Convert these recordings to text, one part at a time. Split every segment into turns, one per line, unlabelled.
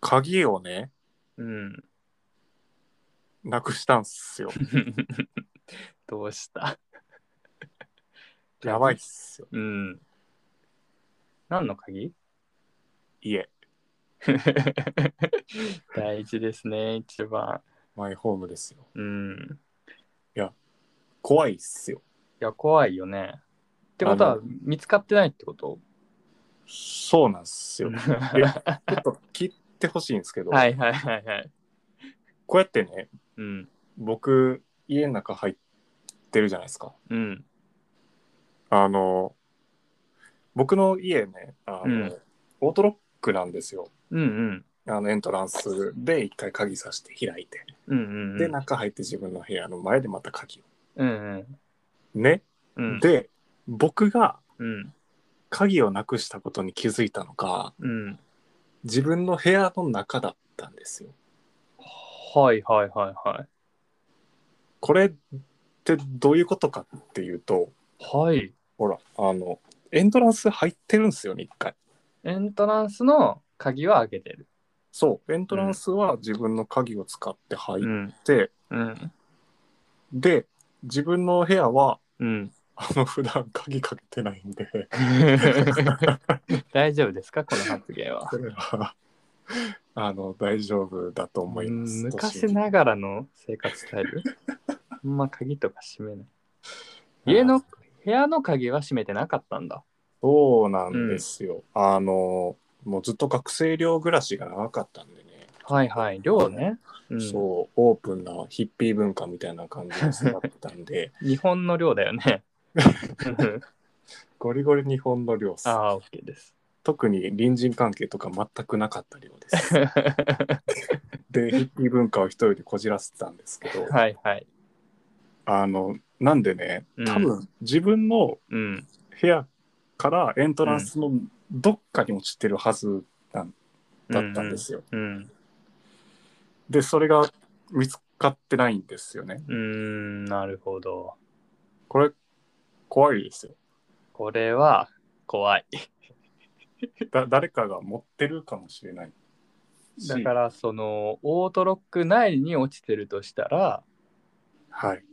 鍵をね、
うん。
なくしたんす よ。
どうした
やばいっすよ。
うん。何 の鍵
家、
大事ですね、一番。
マイホームですよ。
うん。
怖いっすよ。
いや、怖いよね。ってこと
あ
は
の、
見つかってないってこと
そうなんすよ。いや
は
ちょっと聞いてほしいんですけど、
い はいはいはい。
こうやってね、
うん。
僕、家の中入ってるじゃないですか。
うん。
あの、僕の家ね、あの、
うん
オートロックなんですよ。
うんうん。
あのエントランスで一回鍵さして開いて、
うんうんうん。
で、中入って自分の部屋の前でまた鍵を。
うんうん。
ね。
うん。
で、僕が
うん。
鍵をなくしたことに気づいたのが、
うん。
自分の部屋の中だったんですよ。
はいはいはいはい。
これってどういうことかっていうと、
はい。
ほら、あの、エントランス入ってるんですよね、一回。
エントランスの鍵は開けてる。
そう、エントランスは自分の鍵を使って入っ
ん。
て、
うん。
で、自分の部屋は、
うん。
あの、普段鍵かけてないんで、
大丈夫ですかこの発言は。
それは、あの、大丈夫だと思います。
昔ながらの生活ス タイル。あんま鍵とか閉めない。家の
あ
部屋の鍵は閉めてなかったんだ。
そうなんですよ。あの、もうずっと学生寮暮らしが長かったんでね、
はいはい。寮ね。うん、
そう、オープンなヒッピー文化みたいな感じで育ったん で、
日本の寮だ よね。うん
ゴリゴリ日本の寮っす
ああ、OK です。
特に隣人関係とか全くなかった寮 です。で、ヒッピー文化を一人でこじらせてたんですけど、
はいはい。
あの、なんでね、
うん
多分自分の
うん。
部屋からエントランスのどっかに落ちてるはずだったんですよ。
うん。
で、それが見つかってないんですよね。
うん。うん、なるほど。
これ、怖いですよ。
これは怖い。
だ誰かが持ってるかもしれないし。
だから、その、オートロック内に落ちてるとしたら、
はい。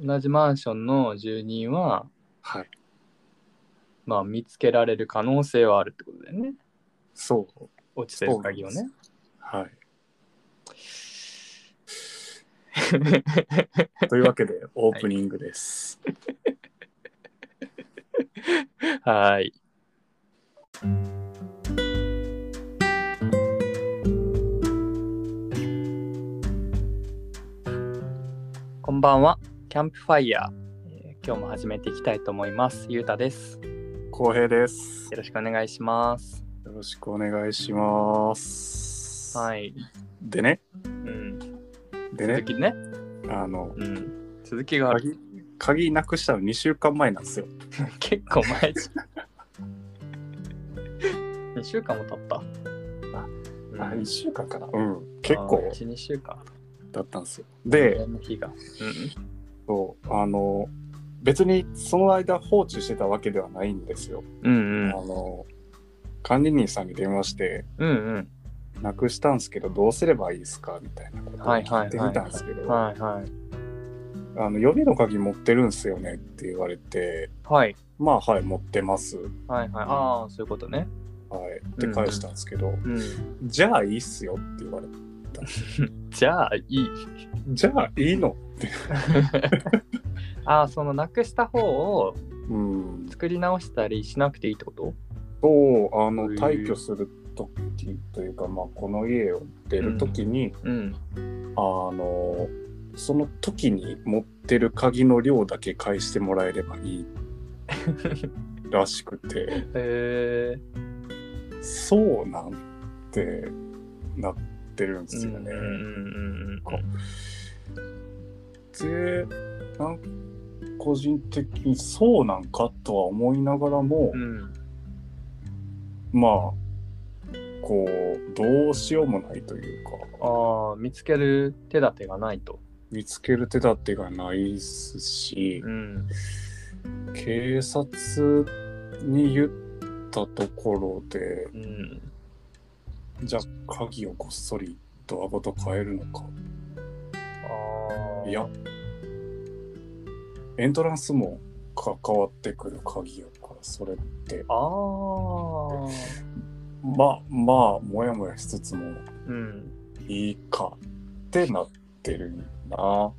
同じマンションの住人は、
はい。
まあ、見つけられる可能性はあるってことだよね。
そう。
落ちてる鍵を
そう
ね。
はい。というわけで、オープニングです。
はい。こんばんは。キャンプファイヤー。えー今日も始めていきたいと思います。ゆうたです。よ
浩平です。
ろしくお願いします。
よろしくお願いします。
はい。
でね、
うん。
で
続
ね、
きね。
あの、
うん。続きがある。
鍵、鍵なくしたの2週間前なんですよ。
結構前じゃん。2週 間も経った。
あ
うん、
あ、1週間かな。うん。結構
1、2週間。
だったんですよ。で、
前の日が。うん。
そう、あの、別にその間放置してたわけではないんですよ。
うんう
あ
ん。
の、管理人さんに電話して、
うん
なくしたんですけど、どうすればいいですかみたいなことを
はいはいは
聞
い
いてみたんですけ
うん。
ど、
はいはい。
あの、予備の鍵持ってるんすよねって言われて、
はい
まあ、はい、持ってます。
はいはい。ああ、そういうことね。
はい。って返したんですけど、
うん。
じゃあいいっすよって言われて、
じゃあいい。
じゃあいいの
ああ、そのなくした方を
うん。
作り直したりしなくていいってこと
そう、あの、
へえ
退去するときというか、まあ、この家を出るときに、
うん。
あの、その時に持ってる鍵の量だけ返してもらえれば いいらしくて、
へえ。
そうなんってなってるんですよね。
うんうん
こで、なん個人的にそうなんかとは思いながらも、
うんうん。うん。
まあ、こう、どうしようもないというか、
ああ、見つける手立てがないと。
見つける手立てがないですし、
うん。
警察に言ったところで、
うん。
じゃあ、鍵をこっそりドアごと変えるのか。
あー
いや、エントランスも関わってくる鍵やから、それって、
あー
まあ、まあ、もやもやしつつも、
うん
いいかってなってるな。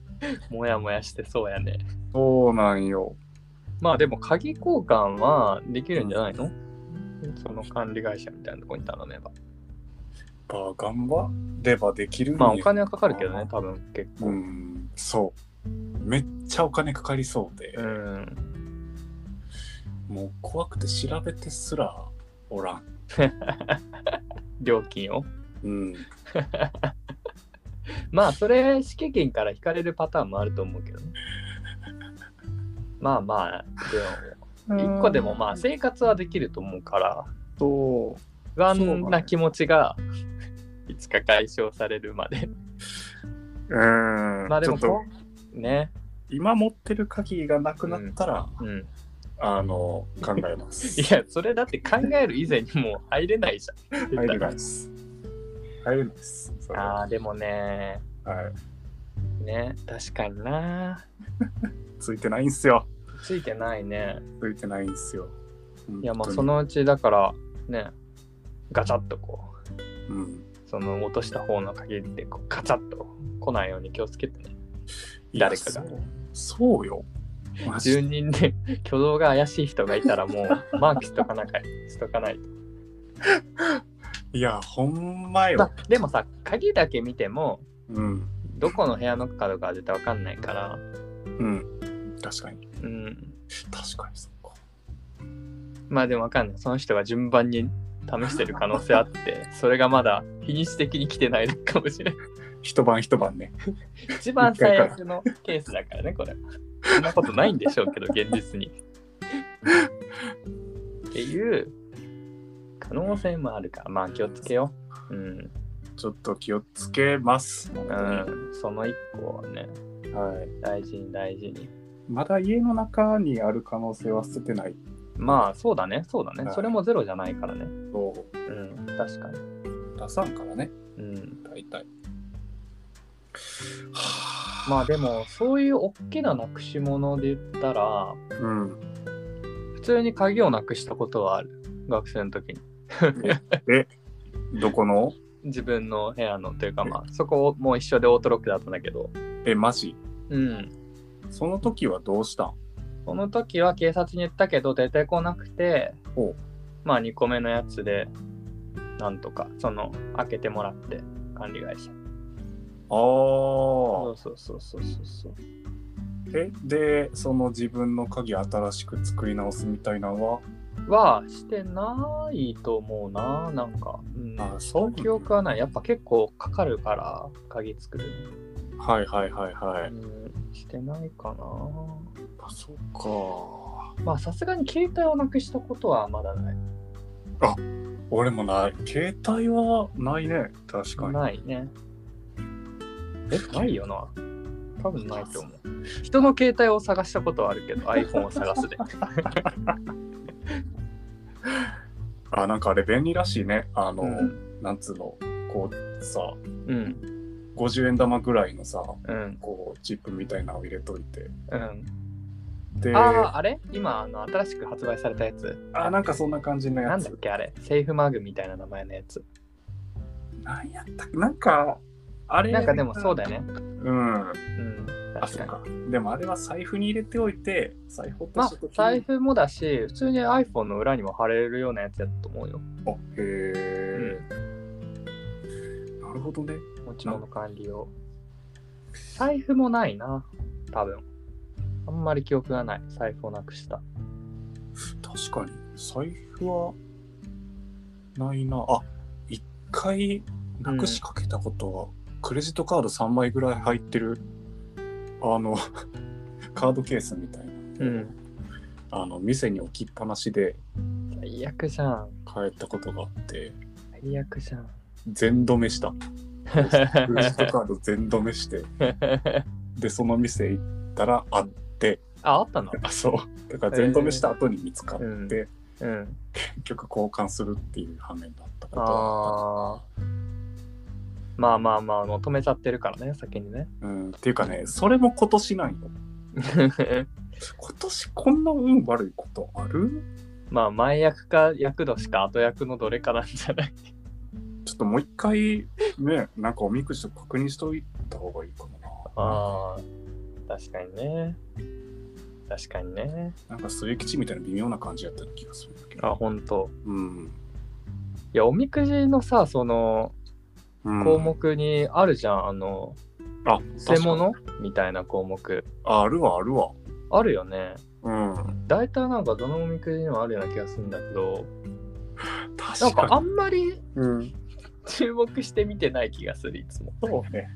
もやもやしてそうやね
そうなんよ。
まあでも鍵交換はできるんじゃないの、その管理会社みたいなとこに頼めば
まあ、頑張ればできるん
まあ
や
お金はかかるけどね多分結構
うん、そう。めっちゃお金かかりそうで、
うん
もう怖くて調べてすらおらん。
料金を
うん。
まあそれ試験券から引かれるパターンもあると思 うけどねまあまあでも1個でもまあ生活はできると思うから
と、
不安な気持ちがいつか解消されるまで
うん。
まあでも
ちょ
こ
っと
うね
今持ってる鍵がなくなったら、
うん
あの、考えます。
いやそれだって考える以前にもう入れないじゃん
入れないです。入れないです。それ
あ
は
あでもね
はい。
ね確かにな
ついてないんすよ。
ついてないね
ついてないんすよ。
いやまあ
本
そ
当に、
のうちだからねガチャッとこう
うん。
その落とした方の鍵でこうガチャッと来ないように気をつけてね
いや
誰かが
そうそうよ。マジ
住人で 挙動が怪しい人がいたらもう マークしとかなかいしとかないと、
いや、ほんまよ。
まあ、でもさ鍵だけ見ても
うん。
どこの部屋の角かは絶対わかんないから
うん。確かに。
うん
確かにそっか。
まあでもわかんないその人が順番に試してる可能性あってそれがまだ日にち的に来てないかもしれない
一晩一晩ね。
一番最悪のケースだからね、これ。そんなことないんでしょうけど、現実に。っていう可能性もあるから、まあ気をつけよう。うん。
ちょっと気をつけます。本
う
当
ん、その一個をね、
にはい。
大事に大事に。
まだ家の中にある可能性は捨ててない
まあそうだね、そうだね。
はい
それもゼロじゃないからね。
と
うん、確かに。
出さんからね、
うん。
大体。は
まあでも、そういう大きななくし物で言ったら、
あ、うん。
普通に鍵をなくしたことはある。学生の時に。
え、どこの
自分の部屋のというかまあそこも一緒でオートロックだったんだけど
え、マジ
うん
その時はどうしたん
その時は警察に言ったけど出てこなくて
ほう
まあ2個目のやつでなんとかその開けてもらって管理会社そ
ああ
う。そうそうそうそうそう
え、で、その自分の鍵新しく作り直すみたいなのは、
はしてないと思うななんか、うん、
あそう
記憶はないやっぱ結構かかるから鍵作る
はいはいはいは
の、
い。
うん、してないかな
あ、そっ
まあさすがに携帯をなくしたことはまだない
か。俺もない。携帯はないね。確かに。
ないね。え、ないよな。多分ないと思 う。人の携帯を探したことはあるけど、iPhone を探すで。
あ、なんかあれ便利らしいね。あの、
うん
なんつうの、こうさ、
うん、
50円玉ぐらいのさ、
うん、
こう、チップみたいなのを入れといて。
うん。
で、
あ
あ
あ、あれ今、あの、新しく発売されたやつ。
なんかそんな感じの
な
や
んだっ
つ。
けあれセーフマグみたいな名前のやつ。
なんやったっけなんか、あれ。
なんかでもそうだよね。
うん。
うん、
あ、
確
そ
か
う
に。
か。でもあれは財布に入れておいて、財布落と
ま
し
あ
た時、に
財布もだし、普通に iPhone の裏にも貼れるようなやつやと思うよ。
あ、へえ、なるほどね。
持ち物管理を。財布もないな、多分。あんまり記憶がない。財布をなくした。
確かに。財布は、ないな。あ、一回、なくしかけたことは、クレジットカード3枚ぐらい入ってる、あの、 カードケースみたいな。
うん。
あの、店に置きっぱなしで
最悪じゃん。
帰ったことがあって、
最悪じゃん。
全止めした。クレジットカード全止め して、で、その店行ったら、あ、
あ、あったの
あそう。だから全止めした後に見つかって、
うんうん。
結局交換するっていう羽目だったことは
ああ。まあまあまあ、もう止めちゃってるからね、先に ね。
うん、っていうかねそれも今年ないの今年こんな運悪いことある
まあ、前役か役年か後役のどれかなんじゃない
ちょっともう一回ねなんかおみくじと確認しといた方がいいかもな
ああ、確かにね。確かにね。
なんか末吉みたいな微妙な感じやったような気がするんだけど
あ、本当。
うん、
いや、おみくじのさ、その
うん、
項目にあるじゃん、あの、
あ
偽
確か
物みたいな項目。
にああるわあるわ
あるよね。
うん
大体なんかどのおみくじにもあるような気がするんだけど、な
確
んかあ
か
んまり
にうん
注目して見てない気がする、い つも。
そうね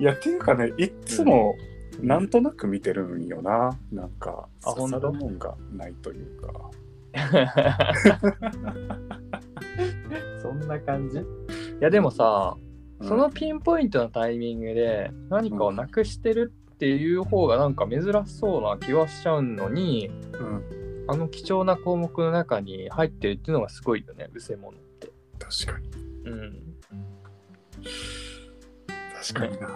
いやっていうかねいっつもなんとなく見てるんよななんか
あ
刺
ほん
さ
と
るもんがないというか
そんな感じいやでもさ、そのピンポイントのタイミングで何かをなくしてるっていう方がなんか珍しそうな気はしちゃうのに
うん、うん
あの貴重な項目の中に入ってるっていうのがすごいよねうせものって。
確かに
うん、
確かにな、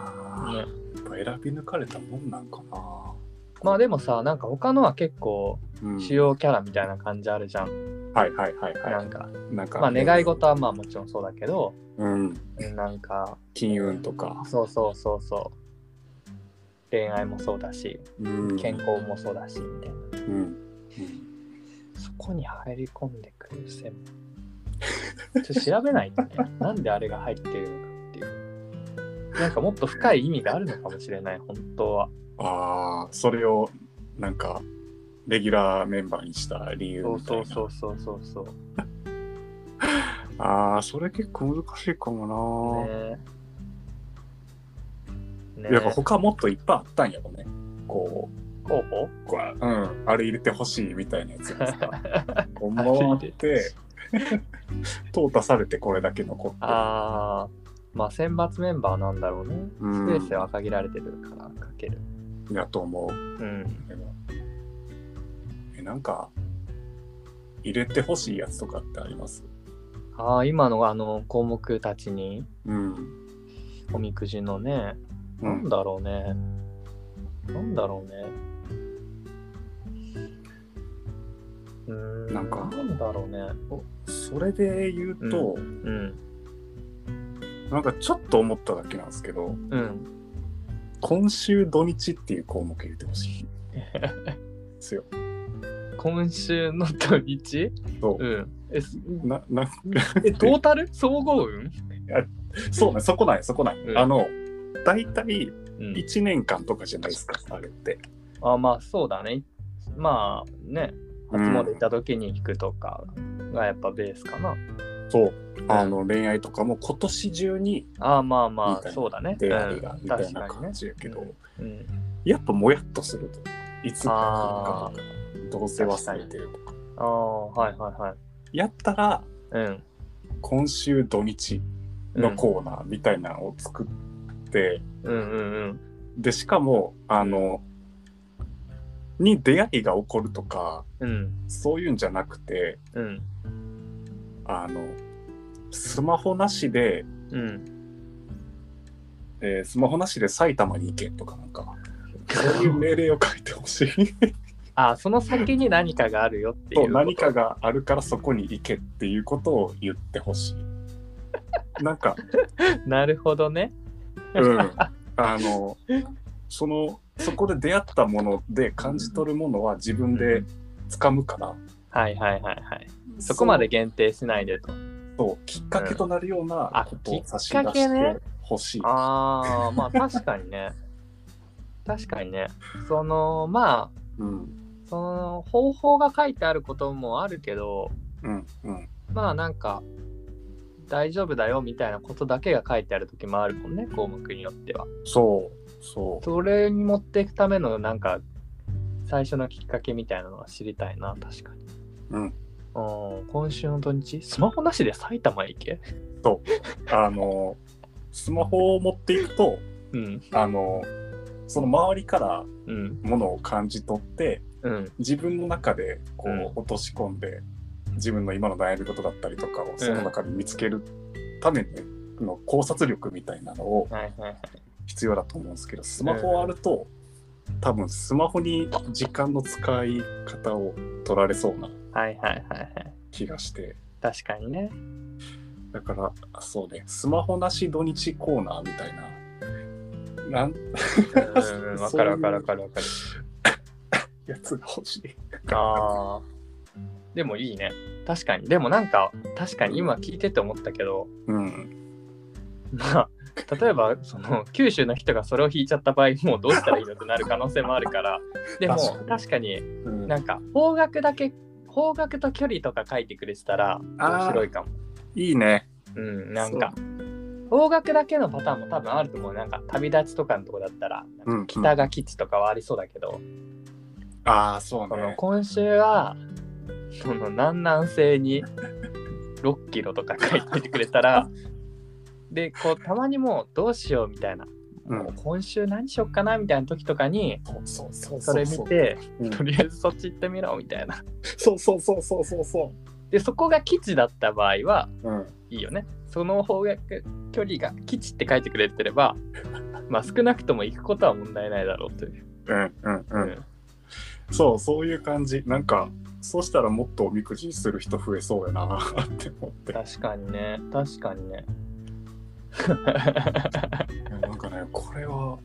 ね、
やっぱ選び抜かれたもんなんかな
まあでもさなんか他のは結構
うん
主要キャラみたいな感じあるじゃん、
はいはいはい
な
は
んか
い。なんか、
まあ願い事はまあもちろんそうだけど
うん。
なんか
金運とか、
そうそうそうそう恋愛もそうだし
うん。
健康もそうだしみたいな
うん。うん
そこに入り込んでくる線ちょっと調べない とねなんであれが入ってるのかっていうなんかもっと深い意味があるのかもしれない本当は
ああ、それを、なんか、レギュラーメンバーにした理由
そう
みたい
そ
な。
うそうそうそうそう
ああ、それ結構難しいかも
ねえ
な。
ね
いや、他もっといっぱいあったんやろね。こ
候補
う、こううん、あれ入れてほしいみたいなやつが さ、こう回って、淘汰されてこれだけ残って。
ああまあ選抜メンバーなんだろうね
う
ス
ん
ペースは限られてるからかける
やと思う。
うん
けどえなんか入れてほしいやつとかってあります
ああ今のあの項目たちに
うん、
おみくじのね
う
なん
ん、
だろうね。なんだろうね。うーん。
なんか
なんだろうね。
それで言うと、
うん。
なんかちょっと思っただけなんですけど
うん。
今週土日っていう項目入れてほし いですよ
今週の土日。
そううん
え、す
なな
えトータル総合運
そうねそこないそこない、
うん
あの大体
うん。
1年間とかじゃないですかあれって
あ、まあそうだね。まあね、初詣行った時に引くとかがやっぱベースかな。
そうあの恋愛とかも今年中に
ああまあま
みたい
あ、
な
そうだね。
出会いが
うん
みたい
確
な
かにね
感。じやけど、
うんうん。
やっぱもやっとすると。いつか来るかとか、どうせ忘れてるとか。
ああ、はいはいはい。
やったら、
うん。
今週土日
う
の
ん
コーナーみたいなのを作って、
うんうんうん。
で、しかも、あの、に出会いが起こるとか、
うん。
そういうんじゃなくて、
うん。
あの、スマホなしで、
うん。
えースマホなしで埼玉に行けとかなんか、そういう命令を書いてほしい。
あ、その先に何かがあるよってい
そ
うこ
う
と。
何かがあるからそこに行けっていうことを言ってほしい。なんか、
なるほどね。
うん、あのそのそこで出会ったもので感じ取るものは自分で掴むから、
はいはいはいはい。そこまで限定しないでと。
そうきっかけとなるような
あ
ことを
きっ
差
か
し出
け
し
ね
てほしい、
ああ、まあ確かにね。確かにね。そのまあ、
うん
その方法が書いてあることもあるけど、
うんうん
まあなんか、大丈夫だよみたいなことだけが書いてある時もあるもんね、項目によっては。
そうそう
それに持っていくためのなんか、最初のきっかけみたいなのは知りたいな、確かに。
うん
うん今週の土日、スマホなしで埼玉へ行け
あのスマホを持っていくと
うん。
あのその周りから
うん。
ものを感じ取って
うん。
自分の中でこ
うん
う落とし込んで、自分の今の悩み事だったりとかをその中で見つけるための考察力みたいなのを
はいはいはい。
必要だと思うんですけどスマホあると、多分スマホに時間の使い方を取られそうな
はいはいはいはい。
気がして
確か にね。
だからそうねスマホなし土日コーナーみたいななん
うん。わかるわかるわかるわかる。
やつが欲しい。
ああ。でもいいね。確かに。でもなんか、確かに今聞いてて思ったけど、
うん、
まあ、 例えば、その、九州の人がそれを引いちゃった場合、もうどうしたらいいのってなる可能性もあるから、でも
確か、に
確かに
うん
なんか、方角だけ、方角と距離とか書いてくれてたら、
あー
面白いかも。
いいね。
うん、なんか、方角だけのパターンも多分あると思う。なんか、旅立ちとかのとこだったら、なんか
うんうん
北が基地とかはありそうだけど、
ああ、そう
その
ね。
今週はその南南西に6キロとか書いててくれたらでこうたまにもうどうしようみたいな、
うん
もう今週何しよっかなみたいな時とかに
そうそうそう
それ見て
うん
とりあえずそっち行ってみろみたいな
そうそうそうそうそうそ
でそこが基地だった場合は
う。うん。
いいよねその方角距離が基地って書いてくれて ればまあ少なくとも行くことは問題ないだろうという、
うんうん
う
うん。そう、そういう感じ。なんか、そうしたらもっとおみくじする人増えそうやな って思って。
確かにね確か にね
なんかね、これは、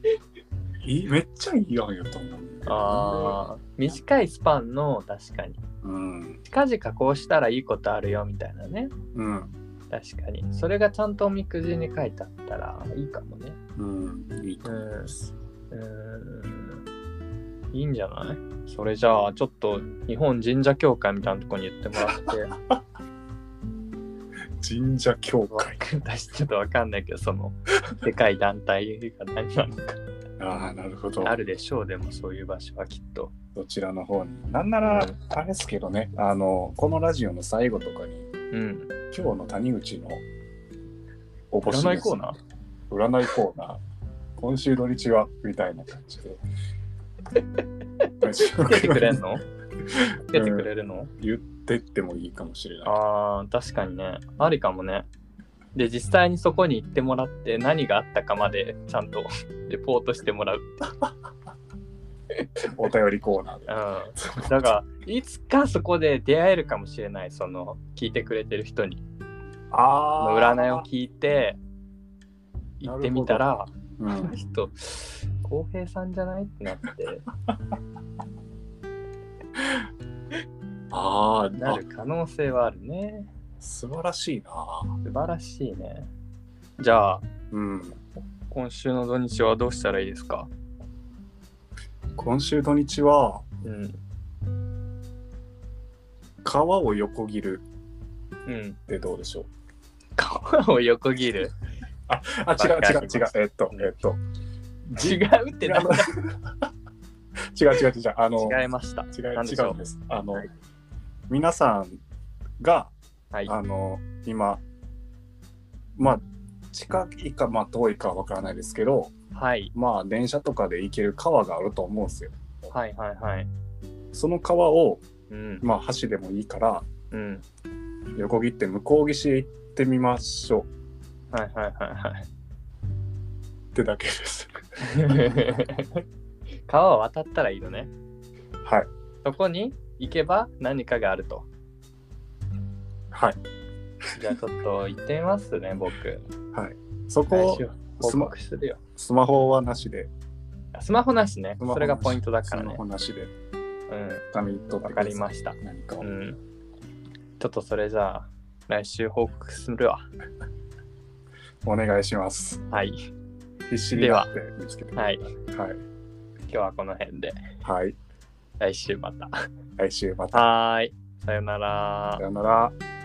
いいめっちゃいい案やと思うんだよ
ああ短いスパンの確かに
うん。
近々こうしたらいいことあるよみたいなね
うん。
確かにそれがちゃんとおみくじに書いてあったらいいかもね
うん。いいと思います。
うーんいいんじゃないそれじゃあちょっと日本神社協会みたいなとこに言っても ら
神社協会。
って私ちょっとわかんないけどそ のでかい団体が何なのか
ああ、なるほど。
あるでしょうでもそういう場所はきっと
どちらの方に。なんなら、あれですけどね、あの、このラジオの最後とかに、
うん
今日の谷口のおぼし
占いコーナー
占いコーナー今週土日はみたいな感じで
つけてくれ んのつけてくれるの、
言ってってもいいかもしれない
あー確かにねありかもねで実際にそこに行ってもらって何があったかまでちゃんと レポートしてもらう、
お便りコーナー
うん、
で
だからいつかそこで出会えるかもしれないその聞いてくれてる人に
あ
の占いを聞いて行ってみたら
い、う
この
ん、
人浩平さんじゃないってな って
あー
な
あ
る可能性はあるね
素晴らしいな
素晴らしいねじゃあ
うん
今週の土日はどうしたらいいですか
今週土日は
うん
川を横切る
うん
っ てどうでしょう
川を横切る
あ違う
わか
違
り
う
ま
違う
す
えっとえっと
違うってな
あの 違う違う違うあの
違いました。
違う
なんでしょう
違うんですあの、
はい
皆さんが
はい。
あの今まあ近いか、まあ、遠いかわからないですけど
はい。
まあ電車とかで行ける川があると思うんですよ
はいはいはい。
その川を
うん。
まあ橋でもいいから
うん。
横切って向こう岸へ行ってみましょ
はいはいは
うってだけです
いはい。 川を渡ったらいいのね。
はい
そこに行けば何かがあると。
はい
じゃあちょっと行ってみますね、僕。
そこ
来週報告するよ。
スマホはなしで
あスマホなしね。
スマホなし
それがポイントだ
ス
から
マ
ね
ホ。なしで
うん。
紙と
わかりました。
何かを、
うん。ちょっとそれじゃあ、来週報告するわ。
お願いします
はい。
必死になって見つけてくださいはい、
今日はこの辺で。
はい、
来週また。
来週また
はーい。さよなら
さ。よなら